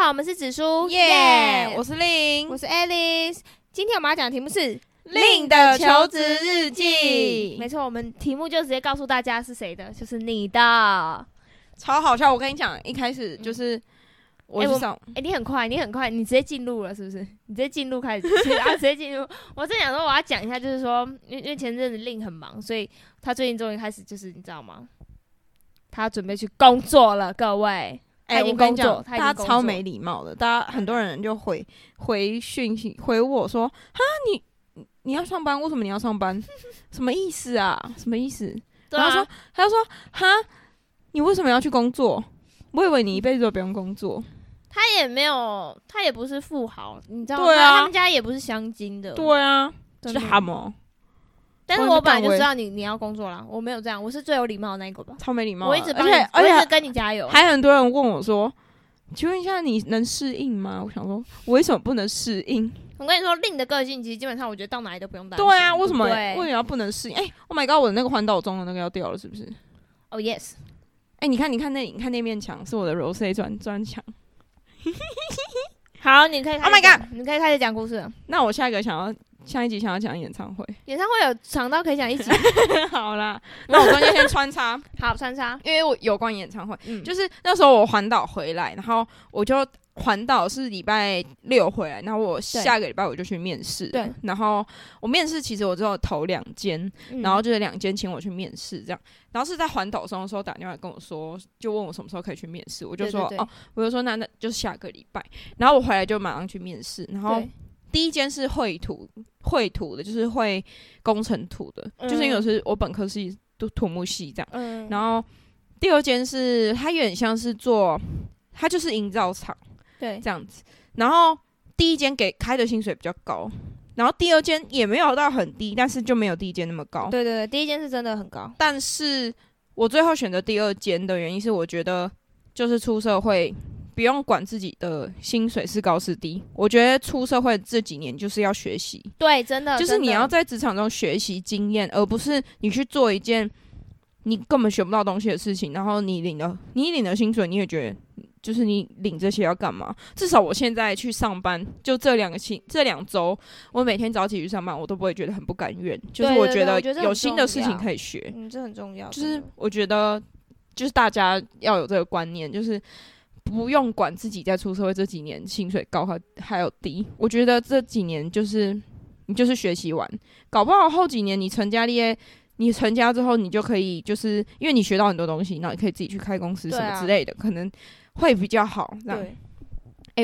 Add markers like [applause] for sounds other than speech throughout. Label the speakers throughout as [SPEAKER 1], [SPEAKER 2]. [SPEAKER 1] 好，我们是紫苏，
[SPEAKER 2] 耶！
[SPEAKER 1] 我
[SPEAKER 2] 我是令
[SPEAKER 1] 我是 Alice。今天我们要讲的题目是
[SPEAKER 2] 令的求职日
[SPEAKER 1] 哎没
[SPEAKER 2] 记，
[SPEAKER 1] 错，我们题目就直接告诉大家是谁的，就是你
[SPEAKER 2] 嗯
[SPEAKER 1] 的。
[SPEAKER 2] 超好笑。我跟你讲，一开始就是我
[SPEAKER 1] 哎
[SPEAKER 2] 去
[SPEAKER 1] 我
[SPEAKER 2] 上，
[SPEAKER 1] 哎、你很快，你很快，你直接进入了是不是？你直接进入开始，啊，直接进入。 [laughs] 我正想说我要讲一下，就是说，因为因为前阵子令很忙，所以他最近终于开始，就是你知道吗？他准备去工作了，各位。他
[SPEAKER 2] 哎，
[SPEAKER 1] 已经
[SPEAKER 2] 我跟你
[SPEAKER 1] 工作
[SPEAKER 2] 讲，
[SPEAKER 1] 他
[SPEAKER 2] 大
[SPEAKER 1] 已经
[SPEAKER 2] 家
[SPEAKER 1] 工
[SPEAKER 2] 超
[SPEAKER 1] 作
[SPEAKER 2] 没礼貌的，大家很多人
[SPEAKER 1] [laughs]
[SPEAKER 2] 就回回讯息回我说，哈，你你你要上班，为什么你要上
[SPEAKER 1] [laughs]
[SPEAKER 2] 班？什么意思啊？什么意思？
[SPEAKER 1] 对
[SPEAKER 2] 然后
[SPEAKER 1] 啊
[SPEAKER 2] 说，，他就说，哈，你为什么要去工作？我以为你一辈子都不用工作。
[SPEAKER 1] 他也没有，他也不是富豪，你知道吗？
[SPEAKER 2] 对啊
[SPEAKER 1] 他他们家也不是乡亲的。
[SPEAKER 2] 对啊，
[SPEAKER 1] 真
[SPEAKER 2] 是哦
[SPEAKER 1] 的
[SPEAKER 2] 哈么？
[SPEAKER 1] 但是
[SPEAKER 2] 我也
[SPEAKER 1] 我
[SPEAKER 2] 没
[SPEAKER 1] 本来
[SPEAKER 2] 干
[SPEAKER 1] 就
[SPEAKER 2] 我也
[SPEAKER 1] 知道你你要工作啦，我没有这样，我是最有礼貌的那一个吧。
[SPEAKER 2] 超没礼貌的。
[SPEAKER 1] 我一直
[SPEAKER 2] 而
[SPEAKER 1] 帮你
[SPEAKER 2] 且，而
[SPEAKER 1] 我一直
[SPEAKER 2] 且
[SPEAKER 1] 跟你加油。
[SPEAKER 2] 还很多人问我说：“请问一下，你能适应吗？”我想说，我为什么不能适应？
[SPEAKER 1] 我跟你说，令的个性其实基本上我觉得到哪里都不用担心。
[SPEAKER 2] 对啊，为什么
[SPEAKER 1] 对
[SPEAKER 2] 为什么要不能适应？哎、o h my god，我的那个环岛中的那个要掉了，是不是？
[SPEAKER 1] 哦、yes，
[SPEAKER 2] 哎、你看，你看那，你看那面墙是我的 Rose 砖砖墙。
[SPEAKER 1] 好，你可以开始
[SPEAKER 2] Oh my
[SPEAKER 1] 讲你可以开始讲故事了。
[SPEAKER 2] 那我下一个想要下一集想要讲演唱会， [laughs]
[SPEAKER 1] 演唱会有长到可以讲一集。
[SPEAKER 2] 好啦，那我中间先穿插， [laughs]
[SPEAKER 1] 好，穿插，
[SPEAKER 2] 因为我有关演唱会，
[SPEAKER 1] 嗯，
[SPEAKER 2] 就是那时候我环岛回来，然后我就环岛是礼拜六回来，然后我下个礼拜我就去面试，
[SPEAKER 1] 对，
[SPEAKER 2] 然后我面试其实我只有投两间，
[SPEAKER 1] 嗯
[SPEAKER 2] 然后就是两间请我去面试这样，然后是在环岛中的时候打电话跟我说，就问我什么时候可以去面试，我就
[SPEAKER 1] 对
[SPEAKER 2] 说
[SPEAKER 1] 对对
[SPEAKER 2] 哦，我就说那那就是下个礼拜，然后我回来就马上去面试，然后
[SPEAKER 1] 对
[SPEAKER 2] 第一间是绘图绘图的，就是会工程图的，
[SPEAKER 1] 嗯
[SPEAKER 2] 就是因为我是我本科是土土木系这样。
[SPEAKER 1] 嗯，
[SPEAKER 2] 然后第二间是它有点像是做，它就是营造厂
[SPEAKER 1] 对
[SPEAKER 2] 这样子。然后第一间给开的薪水比较高，然后第二间也没有到很低，但是就没有第一间那么高。
[SPEAKER 1] 对对对，第一件事真的很高。
[SPEAKER 2] 但是我最后选择第二间的原因是，我觉得就是出社会不用管自己的薪水是高是低，我觉得出社会这几年就是要学习，
[SPEAKER 1] 对，真的
[SPEAKER 2] 就是
[SPEAKER 1] 啊真的
[SPEAKER 2] 你要在职场中学习经验，而不是你去做一件你根本学不到东西的事情，然后你领了你领了薪水，你也觉得就是你领这些要干嘛？至少我现在去上班，就这两个星这两周，我每天早起去上班，我都不会觉得很不甘愿，就是
[SPEAKER 1] 对对
[SPEAKER 2] 觉
[SPEAKER 1] 对
[SPEAKER 2] 得
[SPEAKER 1] 我觉得这
[SPEAKER 2] 有
[SPEAKER 1] 很
[SPEAKER 2] 新
[SPEAKER 1] 重
[SPEAKER 2] 的事情
[SPEAKER 1] 要
[SPEAKER 2] 可以学，
[SPEAKER 1] 嗯，这很重要。
[SPEAKER 2] 就是
[SPEAKER 1] 真的
[SPEAKER 2] 我觉得就是大家要有这个观念，就是。不用管自己在出社会这几年薪水高和还有低，我觉得这几年就是你就是学习完，搞不好后几年你成家立业，你成家之后你就可以就是因为你学到很多东西，然后你可以自己去开公司
[SPEAKER 1] 对
[SPEAKER 2] 什
[SPEAKER 1] 啊
[SPEAKER 2] 么之类的，可能会比较好。这样，哎、
[SPEAKER 1] 对，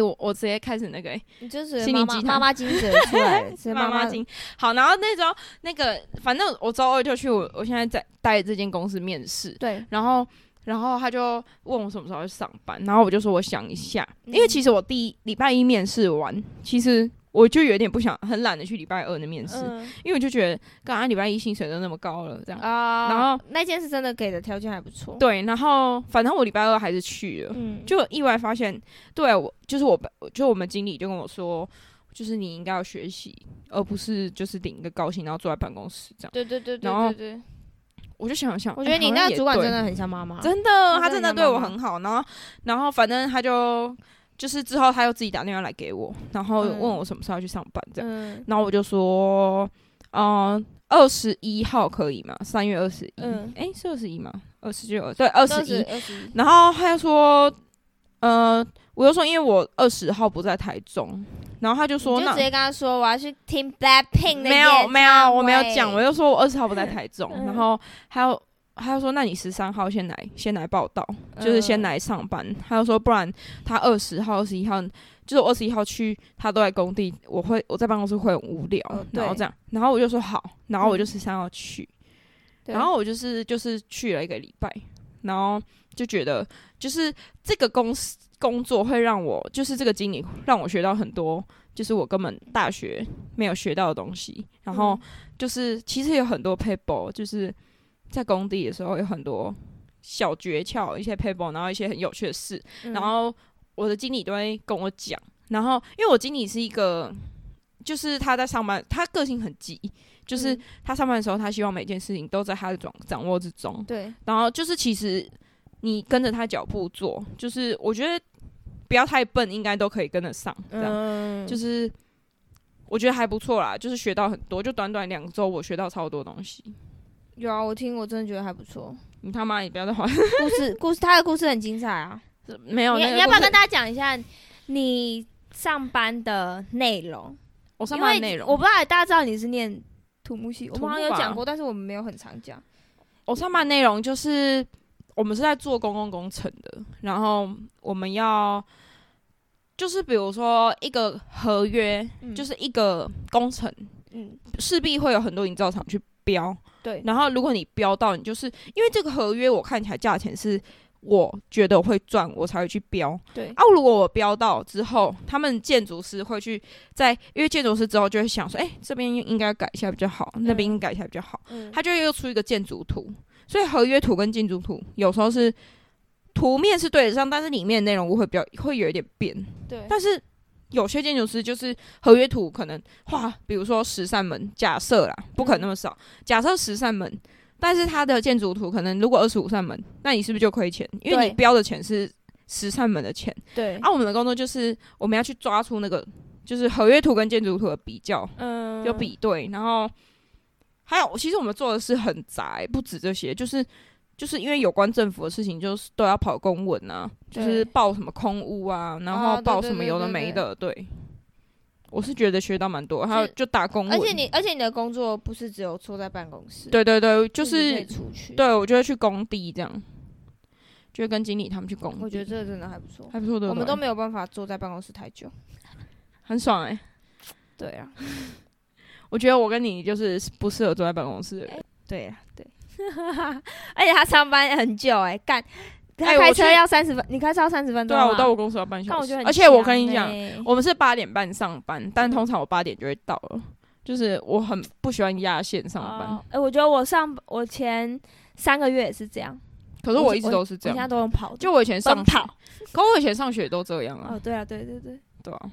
[SPEAKER 2] 我我直接开始那个、哎
[SPEAKER 1] 你就是
[SPEAKER 2] 心
[SPEAKER 1] 妈
[SPEAKER 2] 灵
[SPEAKER 1] 妈
[SPEAKER 2] 鸡
[SPEAKER 1] 妈
[SPEAKER 2] 汤
[SPEAKER 1] 妈精神出来
[SPEAKER 2] [laughs]
[SPEAKER 1] 了，是
[SPEAKER 2] 妈
[SPEAKER 1] 妈
[SPEAKER 2] 妈经。好，然后那时候那个反正我周二就去我我现在在待这间公司面试，
[SPEAKER 1] 对，
[SPEAKER 2] 然后然后他就问我什么时候去上班，然后我就说我想一下，
[SPEAKER 1] 嗯
[SPEAKER 2] 因为其实我第一礼拜一面试完，其实我就有点不想，很懒得去礼拜二的面试，
[SPEAKER 1] 嗯
[SPEAKER 2] 因为我就觉得刚刚礼拜一薪水都那么高了，这样。
[SPEAKER 1] 啊，
[SPEAKER 2] 然后
[SPEAKER 1] 那件事真的给的条件还不错。，
[SPEAKER 2] 对，然后反正我礼拜二还是去了，
[SPEAKER 1] 嗯，
[SPEAKER 2] 就意外发现，对我就是我，就我们经理就跟我说，就是你应该要学习，而不是就是领一个高薪然后坐在办公室这样。
[SPEAKER 1] 对对对对
[SPEAKER 2] 然后
[SPEAKER 1] 对对，
[SPEAKER 2] 我就想想，
[SPEAKER 1] 我觉得
[SPEAKER 2] 哎
[SPEAKER 1] 你
[SPEAKER 2] 好
[SPEAKER 1] 那
[SPEAKER 2] 像
[SPEAKER 1] 个
[SPEAKER 2] 也
[SPEAKER 1] 主管
[SPEAKER 2] 对
[SPEAKER 1] 真的很像妈妈，
[SPEAKER 2] 真的，
[SPEAKER 1] 他
[SPEAKER 2] 他
[SPEAKER 1] 真
[SPEAKER 2] 真
[SPEAKER 1] 的
[SPEAKER 2] 的
[SPEAKER 1] 很
[SPEAKER 2] 对
[SPEAKER 1] 棒
[SPEAKER 2] 我
[SPEAKER 1] 吗
[SPEAKER 2] 很好。然后，然后反正他就就是之后他又自己打电话来给我，然后
[SPEAKER 1] 嗯
[SPEAKER 2] 问我什么时候要去上班这样。
[SPEAKER 1] 嗯
[SPEAKER 2] 然后我就说，嗯、2二十一号可以吗？三月二十一，
[SPEAKER 1] 嗯
[SPEAKER 2] 哎，是二十一吗？二十九，对，二十一。
[SPEAKER 1] 二十一，
[SPEAKER 2] 然后他又说，呃，我就说因为我二十号不在台中，然后他就
[SPEAKER 1] 你
[SPEAKER 2] 说
[SPEAKER 1] 就
[SPEAKER 2] 那
[SPEAKER 1] 直接跟他说我要去听 Blackpink 的
[SPEAKER 2] 没有没有，我没有
[SPEAKER 1] 演
[SPEAKER 2] 讲，
[SPEAKER 1] 唱
[SPEAKER 2] 我
[SPEAKER 1] 会
[SPEAKER 2] 就说我二十号不在台中，
[SPEAKER 1] 嗯
[SPEAKER 2] 然后还有。他就说：“那你十三号先来，先来报道，就是
[SPEAKER 1] 嗯
[SPEAKER 2] 先来上班。他就说：“不然他二十号、二十一号，就是二十一号去，他都在工地，我会我在办公室会很无聊。
[SPEAKER 1] 哦对
[SPEAKER 2] 然后这样，然后我就说好，然后我就
[SPEAKER 1] 嗯
[SPEAKER 2] 十三号去，
[SPEAKER 1] 对
[SPEAKER 2] 然后我就是就是去了一个礼拜，然后就觉得就是这个公司工作会让我，就是这个经理让我学到很多，就是我根本大学没有学到的东西。然后就是其实有很多 paper，就是在工地的时候有很多小诀窍，一些 paper，然后一些很有趣的事，
[SPEAKER 1] 嗯
[SPEAKER 2] 然后我的经理都会跟我讲。然后因为我经理是一个，就是他在上班，他个性很急，就是
[SPEAKER 1] 嗯
[SPEAKER 2] 他上班的时候，他希望每件事情都在他的掌掌握之中。
[SPEAKER 1] 对
[SPEAKER 2] 然后就是其实你跟着他脚步做，就是我觉得不要太笨，应该都可以跟得上。这样、
[SPEAKER 1] 嗯，
[SPEAKER 2] 就是是我觉得还不错啦，就是学到很多，就短短两周我学到超多东西。
[SPEAKER 1] 有啊，我听我真的觉得还不错，
[SPEAKER 2] 你他妈你不要再花，
[SPEAKER 1] 故事 [laughs] 故事他的故事很精彩啊。
[SPEAKER 2] 没 [laughs] 有
[SPEAKER 1] 你
[SPEAKER 2] 那个
[SPEAKER 1] 你要不要
[SPEAKER 2] 故事
[SPEAKER 1] 跟大家讲一下你上班的内容？
[SPEAKER 2] 我上
[SPEAKER 1] 因
[SPEAKER 2] 班
[SPEAKER 1] 为
[SPEAKER 2] 的内容，
[SPEAKER 1] 我不知道大家知道你是念土木系，我们好像
[SPEAKER 2] 土木啊
[SPEAKER 1] 有
[SPEAKER 2] 吧
[SPEAKER 1] 讲过，但是我们没有很常讲。
[SPEAKER 2] 我上班内容就是我们是在做公共工程的，然后我们要就是比如说一个合约，
[SPEAKER 1] 嗯
[SPEAKER 2] 就是一个工程，
[SPEAKER 1] 嗯，
[SPEAKER 2] 势必会有很多营造厂去标，
[SPEAKER 1] 对，
[SPEAKER 2] 然后如果你标到，你就是因为这个合约我看起来价钱是。我觉得我会赚，我才会去标
[SPEAKER 1] 对，
[SPEAKER 2] 啊。如果我标到之后，他们建筑师会去在，因为建筑师之后就会想说，哎、这边应该改一下比较好，那边应该改一下比较好。
[SPEAKER 1] 嗯，
[SPEAKER 2] 他就又出一个建筑图，所以合约图跟建筑图有时候是图面是对得上，但是里面的内容物会比较会有一点变。
[SPEAKER 1] 对，
[SPEAKER 2] 但是有些建筑师就是合约图可能画，比如说十扇门，假设啦，不可能那么少，假设十扇门，但是他的建筑图可能如果二十五扇门，那你是不是就亏钱？因为
[SPEAKER 1] 对
[SPEAKER 2] 你标的钱是十扇门的钱。
[SPEAKER 1] 对，
[SPEAKER 2] 啊，我们的工作就是我们要去抓出那个就是合约图跟建筑图的比较，
[SPEAKER 1] 嗯，
[SPEAKER 2] 有比对，然后还有，其实我们做的是很杂、不止这些，就是就是因为有关政府的事情，就是都要跑公文啊，就
[SPEAKER 1] 对
[SPEAKER 2] 是报什么空屋啊，然
[SPEAKER 1] 哦
[SPEAKER 2] 后
[SPEAKER 1] 对
[SPEAKER 2] 报
[SPEAKER 1] 对
[SPEAKER 2] 什么
[SPEAKER 1] 对
[SPEAKER 2] 有的
[SPEAKER 1] 对对
[SPEAKER 2] 没的，对。我是觉得学到蛮多，还有
[SPEAKER 1] 是
[SPEAKER 2] 就打工文，
[SPEAKER 1] 而且你，而且你的工作不是只有坐在办公室，，
[SPEAKER 2] 对对对，就
[SPEAKER 1] 你可以
[SPEAKER 2] 是
[SPEAKER 1] 出去。，
[SPEAKER 2] 对我就会去工地这样，就会跟经理他们去工地，
[SPEAKER 1] 我觉得这个真的还不错。
[SPEAKER 2] 嗯还不错的，欸
[SPEAKER 1] 我们
[SPEAKER 2] 对
[SPEAKER 1] 都
[SPEAKER 2] 吧
[SPEAKER 1] 没有办法坐在办公室太
[SPEAKER 2] [laughs]
[SPEAKER 1] 久。
[SPEAKER 2] 很爽哎、
[SPEAKER 1] 对啊，
[SPEAKER 2] [laughs] 我觉得我跟你就是不适合坐在办公室的人，
[SPEAKER 1] 对啊，对。而且他上班很久
[SPEAKER 2] 欸
[SPEAKER 1] 哎、干，他
[SPEAKER 2] 哎
[SPEAKER 1] 开
[SPEAKER 2] 我
[SPEAKER 1] 车
[SPEAKER 2] 去
[SPEAKER 1] 要三十分，你开车要三十分
[SPEAKER 2] 对
[SPEAKER 1] 钟
[SPEAKER 2] 啊，
[SPEAKER 1] 吗。
[SPEAKER 2] 我到我公司要半
[SPEAKER 1] 但
[SPEAKER 2] 小
[SPEAKER 1] 我觉
[SPEAKER 2] 时
[SPEAKER 1] 得，很、欸哦嗯
[SPEAKER 2] 而且我跟你讲，
[SPEAKER 1] 我
[SPEAKER 2] 我们是八点半上班，但通常我八点就会到了。就是我很不喜欢压线上班，
[SPEAKER 1] 哎、我觉得我上我前三个月也是这样，
[SPEAKER 2] 可是我一直都是这
[SPEAKER 1] 我现在
[SPEAKER 2] 样。
[SPEAKER 1] 都用跑的，
[SPEAKER 2] 就我以前上
[SPEAKER 1] 奔
[SPEAKER 2] 学
[SPEAKER 1] 跑，
[SPEAKER 2] 可我以前上学都这样啊
[SPEAKER 1] 哦，，对啊，对对对，
[SPEAKER 2] 对啊，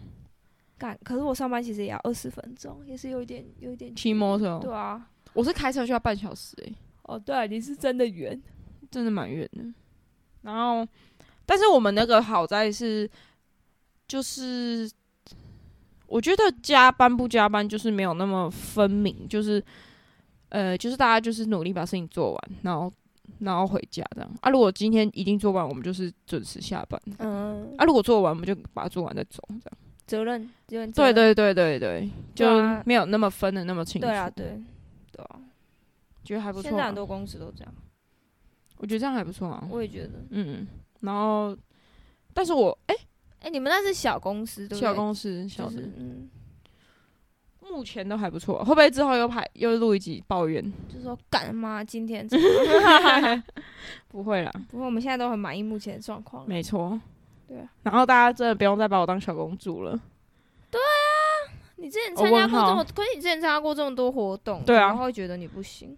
[SPEAKER 1] 干，可是我上班其实也要二十分钟，也是有一点有一点
[SPEAKER 2] 骑摩托车，哦
[SPEAKER 1] 对啊，
[SPEAKER 2] 我是开车需要半小时、欸，
[SPEAKER 1] 哦对啊，你是真的远，
[SPEAKER 2] 真的蛮远的。然后，但是我们那个好在是，就是我觉得加班不加班就是没有那么分明，就是呃，就是大家就是努力把事情做完，然后然后回家这样。啊，如果今天一定做完，我们就是准时下班。
[SPEAKER 1] 嗯，
[SPEAKER 2] 啊，如果做完，我们就把它做完再走，这样。
[SPEAKER 1] 责任有点责
[SPEAKER 2] 对
[SPEAKER 1] 任
[SPEAKER 2] 对对对对，就
[SPEAKER 1] 对啊
[SPEAKER 2] 没有那么分的那么清楚。
[SPEAKER 1] 对啊，对对啊，
[SPEAKER 2] 觉得还不错
[SPEAKER 1] 现在
[SPEAKER 2] 啊
[SPEAKER 1] 很。多公司都这样，
[SPEAKER 2] 我觉得这样还不错啊。
[SPEAKER 1] 我也觉得，
[SPEAKER 2] 嗯，然后，但是我哎、
[SPEAKER 1] 哎、你们那是小公司对不对？
[SPEAKER 2] 小公司小
[SPEAKER 1] 就
[SPEAKER 2] 的。
[SPEAKER 1] 是嗯，
[SPEAKER 2] 目前都还不错，会不会之后又拍又录一集抱 [laughs] 怨？
[SPEAKER 1] 就说干妈今天怎么，
[SPEAKER 2] 不会啦，
[SPEAKER 1] 不过我们现在都很满意目前的状况了，
[SPEAKER 2] 没错。
[SPEAKER 1] 对啊，
[SPEAKER 2] 然后大家真的不用再把我当小公主了。
[SPEAKER 1] 你之前
[SPEAKER 2] 哦
[SPEAKER 1] 参加
[SPEAKER 2] 问
[SPEAKER 1] 过这
[SPEAKER 2] 号
[SPEAKER 1] 么，可是你之前参加过这么多活动，
[SPEAKER 2] 对啊
[SPEAKER 1] 然后会觉得你不行，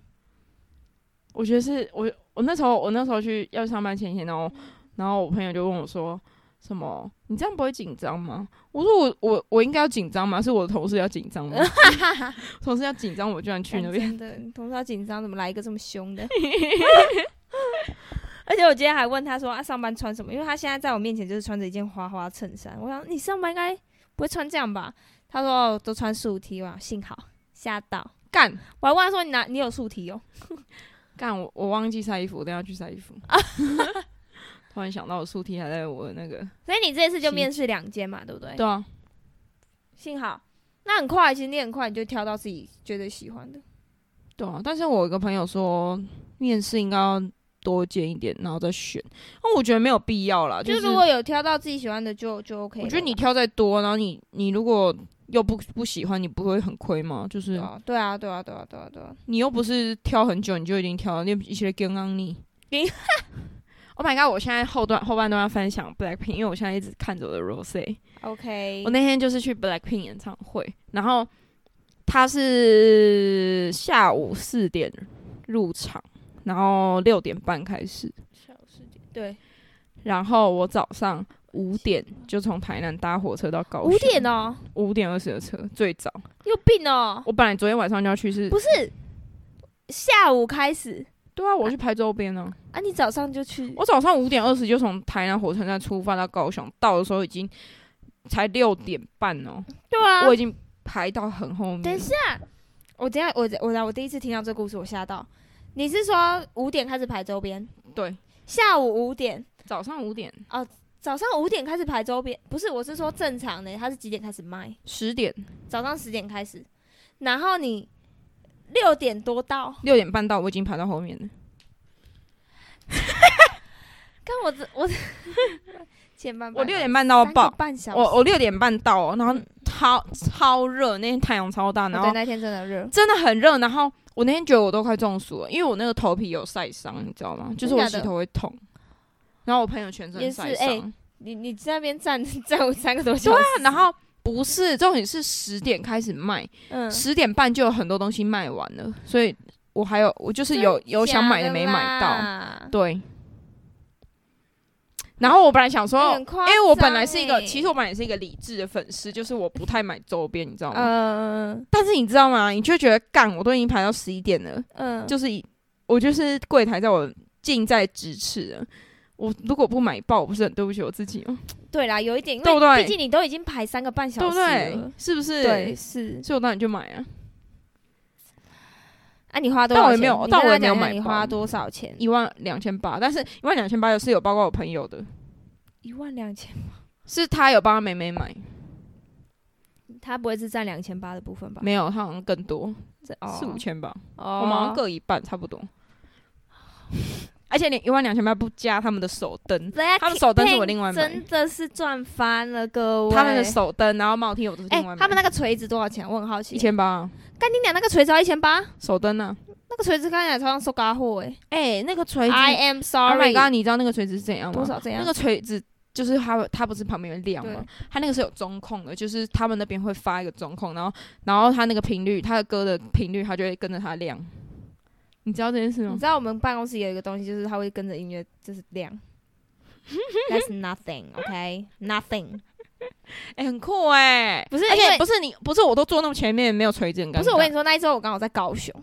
[SPEAKER 2] 我觉得是我我那时候我那时候去要上班前一天，然后然后我朋友就问我说什么你这样不会紧张吗？我说我我我应该要紧张吗？是我的同事要紧 [laughs] 张吗？同事要紧张，我居然去那
[SPEAKER 1] 真
[SPEAKER 2] 边。
[SPEAKER 1] 的，你同事好紧张，怎么来一个这么凶
[SPEAKER 2] [laughs]
[SPEAKER 1] 的？ [laughs] 而且我今天还问他说啊，上班穿什么？因为他现在在我面前就是穿着一件花花衬衫。我想你上班应该不会穿这样吧？他说哦，都穿竖 T 吧，幸好吓到。
[SPEAKER 2] 干
[SPEAKER 1] 我还问他说你哪你有竖 T 哦？
[SPEAKER 2] 干我我忘记晒衣服，我等一下去晒衣 [laughs] 服。突然想到我素 T 还在我的那个
[SPEAKER 1] 所以你这次就
[SPEAKER 2] 行
[SPEAKER 1] 面试两间嘛，对不对？
[SPEAKER 2] 对啊，
[SPEAKER 1] 幸好，那很快，其实你很快你就挑到自己觉得喜欢的。
[SPEAKER 2] 对啊，但是我有一个朋友说，面试应该要多见一点，然后再选。那我觉得没有必要啦，
[SPEAKER 1] 就是如果有挑到自己喜欢的就，就 OK 了
[SPEAKER 2] 我
[SPEAKER 1] 啦。
[SPEAKER 2] 觉得你挑再多，然后你你如果又不不喜欢，你不会很亏吗？就是
[SPEAKER 1] 哦，对啊，对啊，对啊，对啊，对啊，
[SPEAKER 2] 你又不是挑很久，你就已经挑了，你一些刚刚 [laughs] 你
[SPEAKER 1] 刚。
[SPEAKER 2] Oh my god！我现在后段后半段要分享 Blackpink，因为我现在一直看着我的 Rose。
[SPEAKER 1] OK
[SPEAKER 2] 我。那天就是去 Blackpink 演唱会，然后他是下午四点入场，然后六点半开始，
[SPEAKER 1] 下午四点，对，
[SPEAKER 2] 然后我早上五点就从台南搭火车到高雄，
[SPEAKER 1] 五点哦、
[SPEAKER 2] 五点二十的车最早。
[SPEAKER 1] 你有病哦、
[SPEAKER 2] 我本来昨天晚上就要去是，
[SPEAKER 1] 不是下午开始，
[SPEAKER 2] 对啊，我去拍周边呢、
[SPEAKER 1] 啊，你早上就去，
[SPEAKER 2] 我早上五点二十就从台南火车站出发到高雄，到的时候已经才六点半哦、
[SPEAKER 1] 对啊
[SPEAKER 2] 我已经排到很后面。
[SPEAKER 1] 等一下，我等一下我我来，我第一次听到这故事，我吓到。你是说五点开始排周边，
[SPEAKER 2] 对，
[SPEAKER 1] 下午五点，
[SPEAKER 2] 早上五点、
[SPEAKER 1] 早上五点开始排周边？不是，我是说正常的，他是几点开始卖？
[SPEAKER 2] 十点、
[SPEAKER 1] 早上十点开始，然后你六点多到，
[SPEAKER 2] 六点半到，我已经排到后面了。
[SPEAKER 1] 看我这 [laughs] 我前半
[SPEAKER 2] 我六点
[SPEAKER 1] 半
[SPEAKER 2] 半到
[SPEAKER 1] 半
[SPEAKER 2] 爆，
[SPEAKER 1] 半小时，
[SPEAKER 2] 我我六点半到、哦，然后
[SPEAKER 1] 嗯
[SPEAKER 2] 超超热，那天太阳超大，然
[SPEAKER 1] 哦
[SPEAKER 2] 后
[SPEAKER 1] 对那天真的热，
[SPEAKER 2] 真的很热，然后我那天觉得我都快中暑了，因为我那个头皮有晒伤，你知道吗？就是
[SPEAKER 1] 真
[SPEAKER 2] 我
[SPEAKER 1] 假的
[SPEAKER 2] 洗头会痛，然后我朋友全身
[SPEAKER 1] 也
[SPEAKER 2] 晒
[SPEAKER 1] 是
[SPEAKER 2] 伤。
[SPEAKER 1] 哎你你在那边站 [laughs] 站我三个多小
[SPEAKER 2] 对
[SPEAKER 1] 时，
[SPEAKER 2] 啊，然后不是重点是十点开始卖，
[SPEAKER 1] 嗯，
[SPEAKER 2] 十、点半就有很多东西卖完了，所以我还有我就是有有想买的没买到，
[SPEAKER 1] 到，
[SPEAKER 2] 对。然后我本来想说，
[SPEAKER 1] 哎
[SPEAKER 2] 因
[SPEAKER 1] 很夸
[SPEAKER 2] 为我本来是一个，
[SPEAKER 1] 张哎
[SPEAKER 2] 其实我本来是一个理智的粉丝，就是我不太买周边，你知道吗？
[SPEAKER 1] 嗯
[SPEAKER 2] 呃但是你知道吗？你就觉得干，我都已经排到十一点了，
[SPEAKER 1] 嗯，
[SPEAKER 2] 就是以我就是柜台在我近在咫尺了。我如果不买爆，我不是很对不起我自己吗？
[SPEAKER 1] 对啦，有一点，因
[SPEAKER 2] 对不
[SPEAKER 1] 为
[SPEAKER 2] 对
[SPEAKER 1] 毕竟你都已经排三个半小
[SPEAKER 2] 对不
[SPEAKER 1] 时
[SPEAKER 2] 对
[SPEAKER 1] 了？，
[SPEAKER 2] 是不是？
[SPEAKER 1] 对，，是。
[SPEAKER 2] 所以我当然就买啊，
[SPEAKER 1] 啊，你花多
[SPEAKER 2] 但
[SPEAKER 1] 少钱？
[SPEAKER 2] 我也没有
[SPEAKER 1] 你
[SPEAKER 2] 但
[SPEAKER 1] 跟
[SPEAKER 2] 我也
[SPEAKER 1] 他
[SPEAKER 2] 没有
[SPEAKER 1] 讲一下
[SPEAKER 2] 买
[SPEAKER 1] 你
[SPEAKER 2] 包
[SPEAKER 1] 花多少钱？
[SPEAKER 2] 一万两千八，但是一万两千八是有包括我朋友的，
[SPEAKER 1] 一万两千，
[SPEAKER 2] 是他有帮他妹妹买，
[SPEAKER 1] 他不会是占两千八的部分吧？
[SPEAKER 2] 没有，他好像更多，
[SPEAKER 1] 这哦，
[SPEAKER 2] 四五千吧，
[SPEAKER 1] 哦，
[SPEAKER 2] 我们好像各一半差不多。而且你一万两千八不加他们的手灯，
[SPEAKER 1] 人家
[SPEAKER 2] 他们手灯是我
[SPEAKER 1] King
[SPEAKER 2] 另外买
[SPEAKER 1] 真的是赚翻了，各位。
[SPEAKER 2] 他们的手灯，然后帽 T 我都是
[SPEAKER 1] 哎
[SPEAKER 2] 另外买，，
[SPEAKER 1] 他们那个锤子多少钱？我很好奇
[SPEAKER 2] 一。千八
[SPEAKER 1] 干你俩那个锤子要一千八，
[SPEAKER 2] 手灯啊呢、
[SPEAKER 1] 那个锤子刚才超像收嘎货哎。
[SPEAKER 2] 哎、那个锤子
[SPEAKER 1] I am
[SPEAKER 2] ，Oh my
[SPEAKER 1] sorry，
[SPEAKER 2] god！你知道那个锤子是怎样吗？
[SPEAKER 1] 多少这样
[SPEAKER 2] 那个？锤子就是它，它不是旁边有亮吗？它那个是有中控的，就是他们那边会发一个中控，然后然后它那个频率，它的歌的频率，它就会跟着它亮。你知道这件事
[SPEAKER 1] 你
[SPEAKER 2] 吗？
[SPEAKER 1] 知道我们办公室有一个东西，就是它会跟着音乐就是亮。That's nothing, OK, nothing。
[SPEAKER 2] 哎、很酷哎、
[SPEAKER 1] 不是
[SPEAKER 2] 而
[SPEAKER 1] 因
[SPEAKER 2] 且
[SPEAKER 1] 为
[SPEAKER 2] 不是你，不是我都坐那么前面，没有锤子，很尴尬
[SPEAKER 1] 不是我跟你说，那一周我刚好在高雄，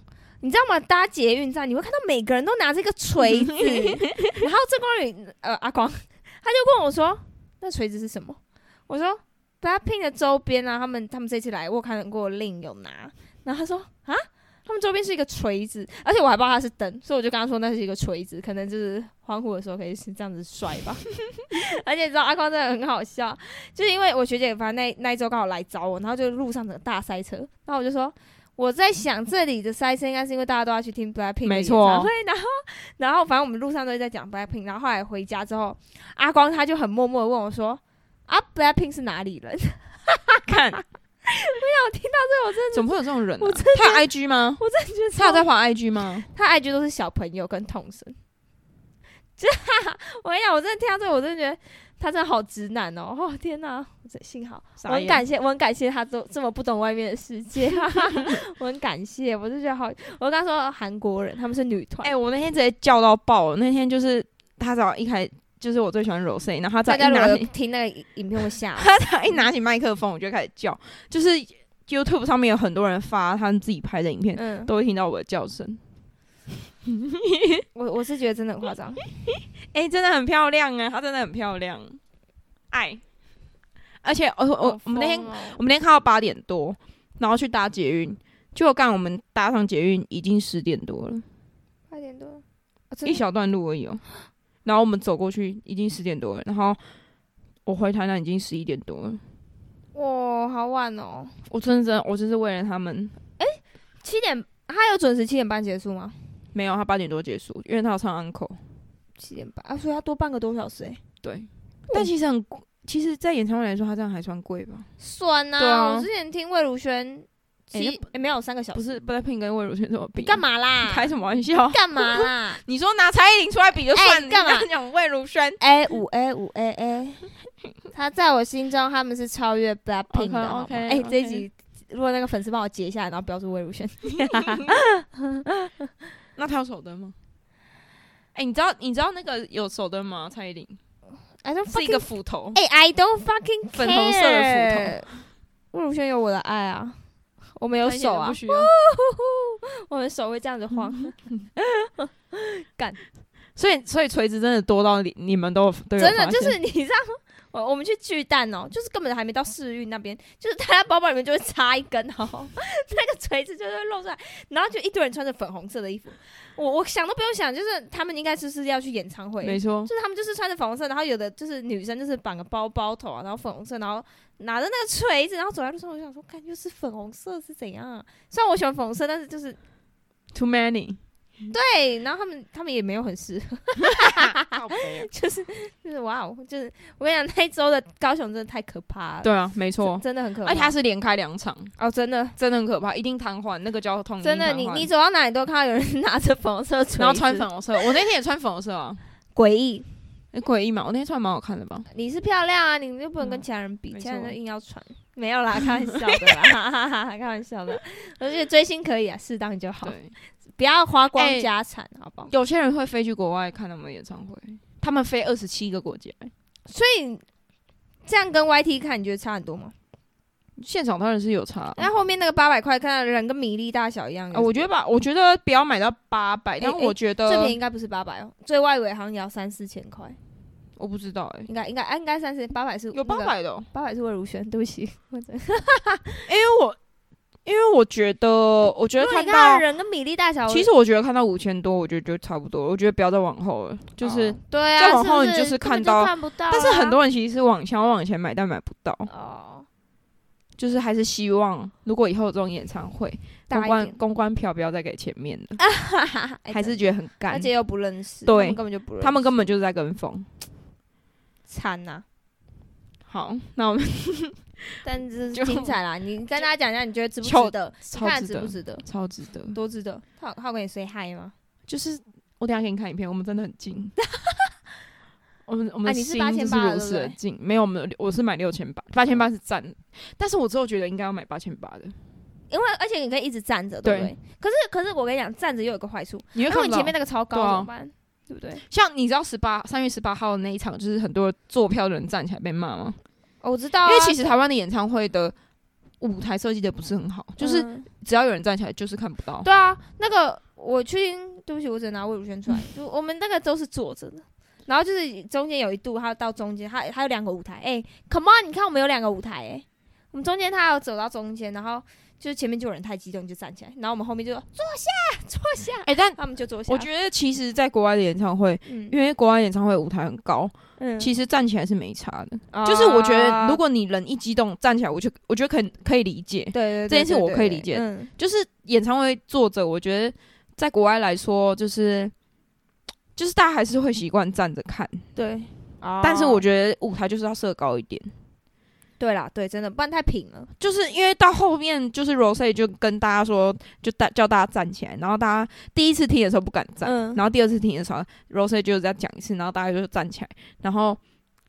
[SPEAKER 1] 你知道吗？搭捷运站，你会看到每个人都拿着一个锤
[SPEAKER 2] [laughs]
[SPEAKER 1] 子，然后郑光宇呃阿光他就问我说：“那锤子是什么？”我说：“Blackpink 的周边啊，他们他们这次来，我有看过令有拿。”然后他说：“啊，他们周边是一个锤子，而且我还不知道它是灯，所以我就跟他说那是一个锤子，可能就是欢呼的时候可以是这样子甩吧。 [laughs] 而且你知道阿光真的很好笑，就是因为我学姐反正那那一周刚好来找我，然后就路上整个大塞车，然后我就说。”我在想，这里的塞车应该是因为大家都要去听 BLACKPINK 的
[SPEAKER 2] 没
[SPEAKER 1] 演
[SPEAKER 2] 错
[SPEAKER 1] 唱会，然后，然后反正我们路上都会在讲 BLACKPINK，然后后来回家之后，阿光他就很默默的问我说：“啊，BLACKPINK 是哪里人？”
[SPEAKER 2] 看，
[SPEAKER 1] 我听到这，我真
[SPEAKER 2] [laughs] 怎么会有这种人、啊
[SPEAKER 1] 我？
[SPEAKER 2] 他有 IG 吗？
[SPEAKER 1] 我真的觉得
[SPEAKER 2] 他
[SPEAKER 1] 超
[SPEAKER 2] 有在跑 IG 吗？
[SPEAKER 1] 他 IG 都是小朋友跟童声，这我跟你讲，我真的听到这个，我真的觉得他真的好直男哦！哦天哪，我真幸好，我
[SPEAKER 2] 傻眼
[SPEAKER 1] 很感谢，我很感谢他都这么不懂外面的世界， [laughs] 我很感谢，我就觉得好，我刚说韩国人他们是女团，
[SPEAKER 2] 哎、我那天直接叫到爆了。那天就是他只要一开，就是我最喜欢 Rose，然后他只
[SPEAKER 1] 大家
[SPEAKER 2] 要一
[SPEAKER 1] 如果
[SPEAKER 2] 拿
[SPEAKER 1] 有
[SPEAKER 2] 起，
[SPEAKER 1] 听那个影片会吓死，
[SPEAKER 2] 他只要一拿起麦克风，我就开始叫。就是 YouTube 上面有很多人发他们自己拍的影片，
[SPEAKER 1] [laughs] 嗯，
[SPEAKER 2] 都会听到我的叫声。
[SPEAKER 1] 我我是觉得真的很夸 [laughs] 张，
[SPEAKER 2] 哎、真的很漂亮啊，她真的很漂亮，爱。而且我我我们那天
[SPEAKER 1] 好疯哦
[SPEAKER 2] 我们那天看到八点多，然后去搭捷运，结果刚我们搭上捷运已经十点多了，
[SPEAKER 1] 八点多，
[SPEAKER 2] 一小段路而已哦。然后我们走过去已经十点多了，然后我回台南已经十一点多了。
[SPEAKER 1] 哇，好晚哦，
[SPEAKER 2] 我真的真的我就是为了他们，
[SPEAKER 1] 七点，他有准时七点半结束吗？
[SPEAKER 2] 没有他八点多结束，因为他要唱 uncle。
[SPEAKER 1] 七点半啊，所以要多半个多小时哎、
[SPEAKER 2] 对，但其实很贵，其实，在演唱会来说，他这样还算贵吧？
[SPEAKER 1] 算啊！
[SPEAKER 2] 对啊
[SPEAKER 1] 我之前听魏如萱，
[SPEAKER 2] 哎
[SPEAKER 1] 其、
[SPEAKER 2] 那
[SPEAKER 1] 欸没有三个小时，
[SPEAKER 2] 不是 BLACKPINK 跟魏如萱怎么比
[SPEAKER 1] 你
[SPEAKER 2] 啊？
[SPEAKER 1] 干嘛啦？
[SPEAKER 2] 开什么玩笑？
[SPEAKER 1] 干嘛
[SPEAKER 2] [laughs]
[SPEAKER 1] 啦
[SPEAKER 2] 你说拿蔡依林出来比就算，
[SPEAKER 1] 哎
[SPEAKER 2] 你
[SPEAKER 1] 干嘛
[SPEAKER 2] 刚刚讲魏如萱？
[SPEAKER 1] ？A 五 A 五 A
[SPEAKER 2] [laughs]
[SPEAKER 1] A，他在我心中他们是超越 BLACKPINK 的。好吗
[SPEAKER 2] OK，OK，
[SPEAKER 1] 哎、
[SPEAKER 2] OK
[SPEAKER 1] 这一集如果那个粉丝帮我截下来，然后标注魏如
[SPEAKER 2] [laughs]
[SPEAKER 1] 萱，
[SPEAKER 2] 那他有手灯吗？哎、你知道你知道那个有手灯吗？蔡依林
[SPEAKER 1] I don't
[SPEAKER 2] 是一个
[SPEAKER 1] fucking
[SPEAKER 2] 斧头，
[SPEAKER 1] 哎、i don't fucking
[SPEAKER 2] 粉红色的斧
[SPEAKER 1] 头。魏如萱有我的爱啊，我没有手
[SPEAKER 2] 蔡依林都
[SPEAKER 1] 啊
[SPEAKER 2] 不。需要。
[SPEAKER 1] 呼呼 [laughs] 我的手会这样子
[SPEAKER 2] [laughs]
[SPEAKER 1] 晃。
[SPEAKER 2] 所以所以锤子真的多到你你们都都有
[SPEAKER 1] 真的
[SPEAKER 2] 发
[SPEAKER 1] 就
[SPEAKER 2] 现
[SPEAKER 1] 是你知道，我我们去巨蛋哦，就是根本还没到市运那边，就是大家包包里面就会插一根哦， [laughs] 那个锤子就会露出来，然后就一堆人穿着粉红色的衣服，我我想都不用想，就是他们应该就是要去演唱会，
[SPEAKER 2] 没错
[SPEAKER 1] 就，是他们就是穿着粉红色，然后有的就是女生就是绑个包包头啊，然后粉红色，然后拿着那个锤子，然后走在路上，我想说，看又是粉红色是怎样、啊？虽然我喜欢粉红色，但是就是
[SPEAKER 2] too many，
[SPEAKER 1] 对，然后他们他们也没有很适合。
[SPEAKER 2] 啊
[SPEAKER 1] 就是就是哇哦，就是我跟你讲，那一周的高雄真的太可怕了，
[SPEAKER 2] 对啊，没
[SPEAKER 1] 真，
[SPEAKER 2] 错，
[SPEAKER 1] 真的很可怕。
[SPEAKER 2] 而且它是连开两场，
[SPEAKER 1] 哦，真的
[SPEAKER 2] 真的很可怕，一定瘫痪，那个交通一定
[SPEAKER 1] 真的，你
[SPEAKER 2] 瘫痪
[SPEAKER 1] 你走到哪里都看到有人 [laughs] 拿着
[SPEAKER 2] [laughs]
[SPEAKER 1] 粉红色的锤子，
[SPEAKER 2] 然后穿粉红色，我那天也穿粉红色
[SPEAKER 1] [laughs]
[SPEAKER 2] 啊，
[SPEAKER 1] 诡异。
[SPEAKER 2] 很诡异嘛，我那天穿蛮好看的吧？
[SPEAKER 1] 你是漂亮啊，你就不能跟其他人比，
[SPEAKER 2] 嗯没
[SPEAKER 1] 其他人
[SPEAKER 2] 错
[SPEAKER 1] 就硬要穿。没有啦，开玩笑 [laughs] 的
[SPEAKER 2] [laughs]
[SPEAKER 1] 啦，哈哈哈哈开玩笑的。我觉得追星可以啊，适当就好，
[SPEAKER 2] 对，
[SPEAKER 1] 不要花光
[SPEAKER 2] 哎
[SPEAKER 1] 家产，好不好？
[SPEAKER 2] 有些人会飞去国外看他们的演唱会，他们飞二十七个国家，
[SPEAKER 1] 所以这样跟 YT 看，你觉得差很多吗？
[SPEAKER 2] 现场当然是有差啊。
[SPEAKER 1] 那后面那个八百块，看到人跟米粒大小一样有什
[SPEAKER 2] 啊
[SPEAKER 1] 么，
[SPEAKER 2] 我觉得吧，我觉得不要买到八百，但
[SPEAKER 1] 哎
[SPEAKER 2] 我觉得
[SPEAKER 1] 最便宜应该不是八百哦，最外围好像也要三四千块，
[SPEAKER 2] 我不知道哎，
[SPEAKER 1] 应该应该啊应该三四八百是
[SPEAKER 2] 有八，百的哦，
[SPEAKER 1] 八百是魏如萱，对不起，我真的
[SPEAKER 2] 因为我因为我觉得，我觉
[SPEAKER 1] 因
[SPEAKER 2] 得
[SPEAKER 1] 为
[SPEAKER 2] 看
[SPEAKER 1] 你看
[SPEAKER 2] 到
[SPEAKER 1] 到人跟米粒大小，
[SPEAKER 2] 其实我觉得看到五千多，我觉得就差不多了。我觉得不要再往后了，就是。
[SPEAKER 1] 哦对啊，
[SPEAKER 2] 再往后
[SPEAKER 1] 是不
[SPEAKER 2] 你就是是
[SPEAKER 1] 根本
[SPEAKER 2] 看到
[SPEAKER 1] 看不到啊，
[SPEAKER 2] 但是很多人其实是往想要往前买，但买不到，
[SPEAKER 1] [laughs] 哦，
[SPEAKER 2] 就是还是希望如果以后有这种演唱会，
[SPEAKER 1] 大
[SPEAKER 2] 公
[SPEAKER 1] 一
[SPEAKER 2] 关
[SPEAKER 1] 点
[SPEAKER 2] 公关票不要再给前面了，
[SPEAKER 1] [laughs] 哈哈哈哎
[SPEAKER 2] 还
[SPEAKER 1] 真
[SPEAKER 2] 是
[SPEAKER 1] 的
[SPEAKER 2] 觉得很
[SPEAKER 1] 而
[SPEAKER 2] 干。
[SPEAKER 1] 且又不认识，
[SPEAKER 2] 对
[SPEAKER 1] 他们根本就不认识，
[SPEAKER 2] 他们根本就是在跟风。
[SPEAKER 1] 惨呐，
[SPEAKER 2] 好，那我
[SPEAKER 1] [laughs]
[SPEAKER 2] 们 [laughs]
[SPEAKER 1] 但是
[SPEAKER 2] 就
[SPEAKER 1] 精彩啦，你跟大家讲一下，你觉得值不
[SPEAKER 2] 超
[SPEAKER 1] 值得？你
[SPEAKER 2] 超
[SPEAKER 1] 看
[SPEAKER 2] 值
[SPEAKER 1] 值不
[SPEAKER 2] 得，
[SPEAKER 1] 值得？
[SPEAKER 2] 超值得。
[SPEAKER 1] 多值得？他有他有跟你 say hi 吗？
[SPEAKER 2] 就是我等一下给你看影片，我们真的
[SPEAKER 1] [laughs]
[SPEAKER 2] 很近。我们我们
[SPEAKER 1] 啊
[SPEAKER 2] 的
[SPEAKER 1] 你是
[SPEAKER 2] 心
[SPEAKER 1] 8800
[SPEAKER 2] 就是
[SPEAKER 1] 对
[SPEAKER 2] 如
[SPEAKER 1] 不
[SPEAKER 2] 此的
[SPEAKER 1] 对
[SPEAKER 2] 近，没有我们我是买六千八，八千八是赞，但是我之后觉得应该要买八千八的，
[SPEAKER 1] 因为而且你可以一直站着，对不对？可是可是我跟你讲，站着又有个坏处，
[SPEAKER 2] 你会
[SPEAKER 1] 如果
[SPEAKER 2] 看不
[SPEAKER 1] 你
[SPEAKER 2] 到
[SPEAKER 1] 前面那个超高
[SPEAKER 2] 对啊
[SPEAKER 1] 怎么办？对不对？
[SPEAKER 2] 像你知道十八三月十八号的那一场，就是很多坐票的人站起来被骂吗？
[SPEAKER 1] 哦我知道啊，
[SPEAKER 2] 因为其实台湾的演唱会的舞台设计的不是很好，就是
[SPEAKER 1] 嗯
[SPEAKER 2] 只要有人站起来就是看不到。
[SPEAKER 1] 对啊，那个我去听，对不起，我只能拿魏如萱出来，就我们那个都是坐着的。然后就是中间有一度，还有到中间，还还有两个舞台。哎、c o m e on，你看我们有两个舞台哎、我们中间他有走到中间，然后就是前面就有人太激动就站起来，然后我们后面就说坐下，坐下，[laughs]
[SPEAKER 2] 哎、但
[SPEAKER 1] 他们就坐下。
[SPEAKER 2] 我觉得其实，在国外的演唱会，
[SPEAKER 1] 嗯
[SPEAKER 2] 因为国外演唱会舞台很高，
[SPEAKER 1] 嗯啊
[SPEAKER 2] 其实站起来是没差的。就是我觉得，如果你人一激动站起来，我就我觉得可以可以理解。
[SPEAKER 1] 对对对
[SPEAKER 2] 这件事
[SPEAKER 1] 对
[SPEAKER 2] 我
[SPEAKER 1] 对
[SPEAKER 2] 可以
[SPEAKER 1] 对
[SPEAKER 2] 理解
[SPEAKER 1] 嗯，
[SPEAKER 2] 就是演唱会坐着，我觉得在国外来说，就是就是大家还是会习惯站着看，
[SPEAKER 1] 对。
[SPEAKER 2] 但是我
[SPEAKER 1] 觉
[SPEAKER 2] 觉得舞台就是要设高一点。
[SPEAKER 1] 对啦，对，真的，不然太平了。
[SPEAKER 2] 就是因为到后面，就是 Rose 就跟大家说，就大叫大家站起来，然后大家第一次听的时候不敢站，
[SPEAKER 1] 嗯
[SPEAKER 2] 然后第二次听的时候，Rose 就再讲一次，然后大家就站起来，然后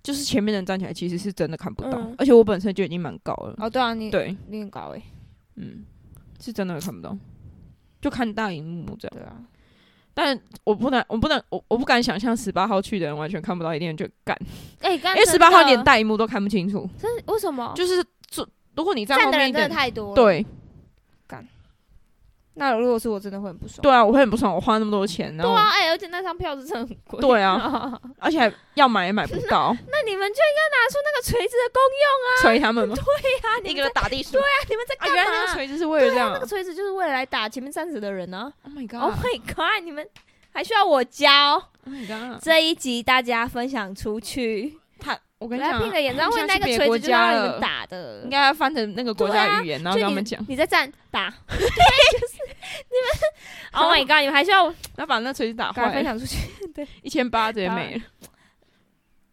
[SPEAKER 2] 就是前面的人站起来，其实是真的看不到，
[SPEAKER 1] 嗯
[SPEAKER 2] 而且我本身就已经蛮高了，
[SPEAKER 1] 哦，对啊，你
[SPEAKER 2] 对，
[SPEAKER 1] 你很高哎、
[SPEAKER 2] 嗯，是真的会看不到，就看大荧幕这样。
[SPEAKER 1] 对啊，
[SPEAKER 2] 但我不能，我不能，我我不敢想象十八号去的人完全看不到，一定就干，
[SPEAKER 1] 哎、刚
[SPEAKER 2] 因
[SPEAKER 1] 刚
[SPEAKER 2] 为
[SPEAKER 1] 真
[SPEAKER 2] 十八号
[SPEAKER 1] 的
[SPEAKER 2] 连大荧幕都看不清楚，
[SPEAKER 1] 真的为什么？
[SPEAKER 2] 就是坐如果你站
[SPEAKER 1] 站
[SPEAKER 2] 后
[SPEAKER 1] 的
[SPEAKER 2] 面
[SPEAKER 1] 人
[SPEAKER 2] 一
[SPEAKER 1] 真的
[SPEAKER 2] 点，
[SPEAKER 1] 太多了。，
[SPEAKER 2] 对。
[SPEAKER 1] 那如果是我，真的会很不爽。
[SPEAKER 2] 对啊，我会很不爽，我花那么多钱，
[SPEAKER 1] 对
[SPEAKER 2] 然后
[SPEAKER 1] 啊，哎、而且那张票子真的很贵。
[SPEAKER 2] 对
[SPEAKER 1] 啊，
[SPEAKER 2] 而且要买也买不到，
[SPEAKER 1] [laughs] 那你们就应该拿出那个锤子的功
[SPEAKER 2] 锤他们吗？
[SPEAKER 1] 用啊啊！你们在
[SPEAKER 2] 打地鼠。对啊，
[SPEAKER 1] 你们在
[SPEAKER 2] 原来
[SPEAKER 1] 干
[SPEAKER 2] 那个
[SPEAKER 1] 嘛？
[SPEAKER 2] 锤嗯子是为了这样
[SPEAKER 1] 那。个锤子就是为了来打前面站着的人啊
[SPEAKER 2] Oh my
[SPEAKER 1] ！Oh my god！你们还需要我教
[SPEAKER 2] Oh my god！
[SPEAKER 1] 这一集大家分享出去。
[SPEAKER 2] 他，我跟你讲
[SPEAKER 1] Blackpink 的
[SPEAKER 2] 啊，
[SPEAKER 1] 演唱会
[SPEAKER 2] 他们现在
[SPEAKER 1] 那
[SPEAKER 2] 去
[SPEAKER 1] 个
[SPEAKER 2] 别
[SPEAKER 1] 锤
[SPEAKER 2] 国
[SPEAKER 1] 子就是要
[SPEAKER 2] 家
[SPEAKER 1] 让你们
[SPEAKER 2] 了
[SPEAKER 1] 打的，
[SPEAKER 2] 应该要翻成那个国
[SPEAKER 1] 对
[SPEAKER 2] 家
[SPEAKER 1] 啊
[SPEAKER 2] 的语言，然后跟
[SPEAKER 1] 就
[SPEAKER 2] 他
[SPEAKER 1] 你
[SPEAKER 2] 们讲，
[SPEAKER 1] 你在站打， [laughs] 对，就是
[SPEAKER 2] [laughs]
[SPEAKER 1] 你们。Oh my god！你们还需要我
[SPEAKER 2] 然后把那锤子打
[SPEAKER 1] 赶快
[SPEAKER 2] 坏
[SPEAKER 1] 分
[SPEAKER 2] 了，
[SPEAKER 1] 享出
[SPEAKER 2] [laughs]
[SPEAKER 1] 去？
[SPEAKER 2] 一千八直接
[SPEAKER 1] 当
[SPEAKER 2] 没了。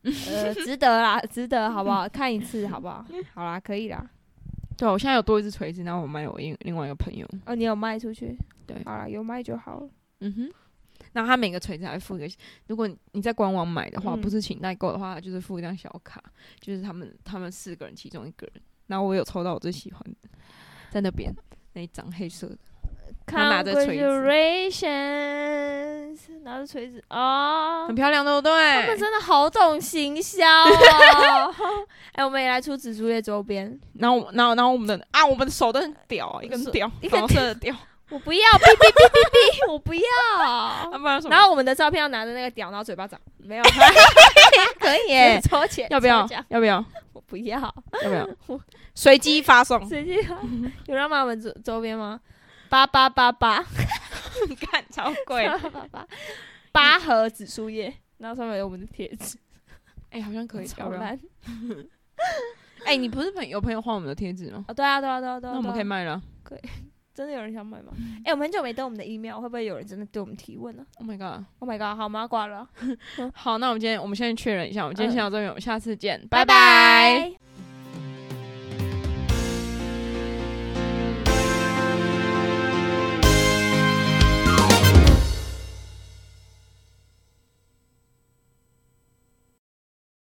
[SPEAKER 1] 呃，值得啦，值得，好不好？看一次，好不
[SPEAKER 2] [laughs]
[SPEAKER 1] 好？好啦，可以啦。
[SPEAKER 2] 对啊，我现在有多一只锤子，然后我卖我另另外一个朋友。
[SPEAKER 1] 哦，你有卖出去？
[SPEAKER 2] 对
[SPEAKER 1] 好啦，有卖就好了。
[SPEAKER 2] 嗯哼。然后他每个锤子还附一个，如果你在官网买的话，
[SPEAKER 1] 嗯
[SPEAKER 2] 不是请代购的话，就是附一张小卡，就是他们他们四个人其中一个人。然后我有抽到我最喜欢的，在那边那一张黑色的。他拿着锤子
[SPEAKER 1] Congratulations，拿着锤子哦
[SPEAKER 2] 很，漂亮，对不
[SPEAKER 1] 他们
[SPEAKER 2] 对？
[SPEAKER 1] 真的好懂行销 [laughs] 哦。哎，我们也来出紫竹叶周边，
[SPEAKER 2] [laughs] 然后我，然后，然后我们的啊，我们的手都很屌啊，一根屌，
[SPEAKER 1] 一
[SPEAKER 2] 一
[SPEAKER 1] 根
[SPEAKER 2] 根色的屌，
[SPEAKER 1] 我不要，哔哔哔哔哔，我不要。
[SPEAKER 2] 啊，不然什么
[SPEAKER 1] 然后我们的照片要拿着那个屌，然后嘴 [laughs] 巴长，没有，
[SPEAKER 2] [laughs]
[SPEAKER 1] 可以 [laughs] 耶，抽钱
[SPEAKER 2] 要不要
[SPEAKER 1] 抽奖？
[SPEAKER 2] 要不要？
[SPEAKER 1] 我不要，，
[SPEAKER 2] 要不要？ [laughs] 随机发送
[SPEAKER 1] 随机 [laughs] 啊有让我们周周边吗？八八八八，
[SPEAKER 2] [laughs] 看超贵。
[SPEAKER 1] 八八八， [laughs] 八盒紫苏叶，然后上面有我们的贴纸，
[SPEAKER 2] [laughs] 哎，好像可以，要
[SPEAKER 1] 超
[SPEAKER 2] 不要？
[SPEAKER 1] 烂。
[SPEAKER 2] 哎，你不是朋有朋友换我们的贴纸吗？
[SPEAKER 1] 哦，对啊，对啊，对啊，对啊。
[SPEAKER 2] 那我们
[SPEAKER 1] 对啊
[SPEAKER 2] 可以卖了。
[SPEAKER 1] 真的有人想买吗？哎、我们很久没登我们的 email，会不会有人真的对我们提问呢、
[SPEAKER 2] Oh my god！
[SPEAKER 1] o h my god，好，我们要挂了，
[SPEAKER 2] 嗯好，那我们今天我们先确认一下，我们今天
[SPEAKER 1] 嗯
[SPEAKER 2] 先到这边，我们下次见，
[SPEAKER 1] 拜
[SPEAKER 2] 拜拜。
[SPEAKER 1] 拜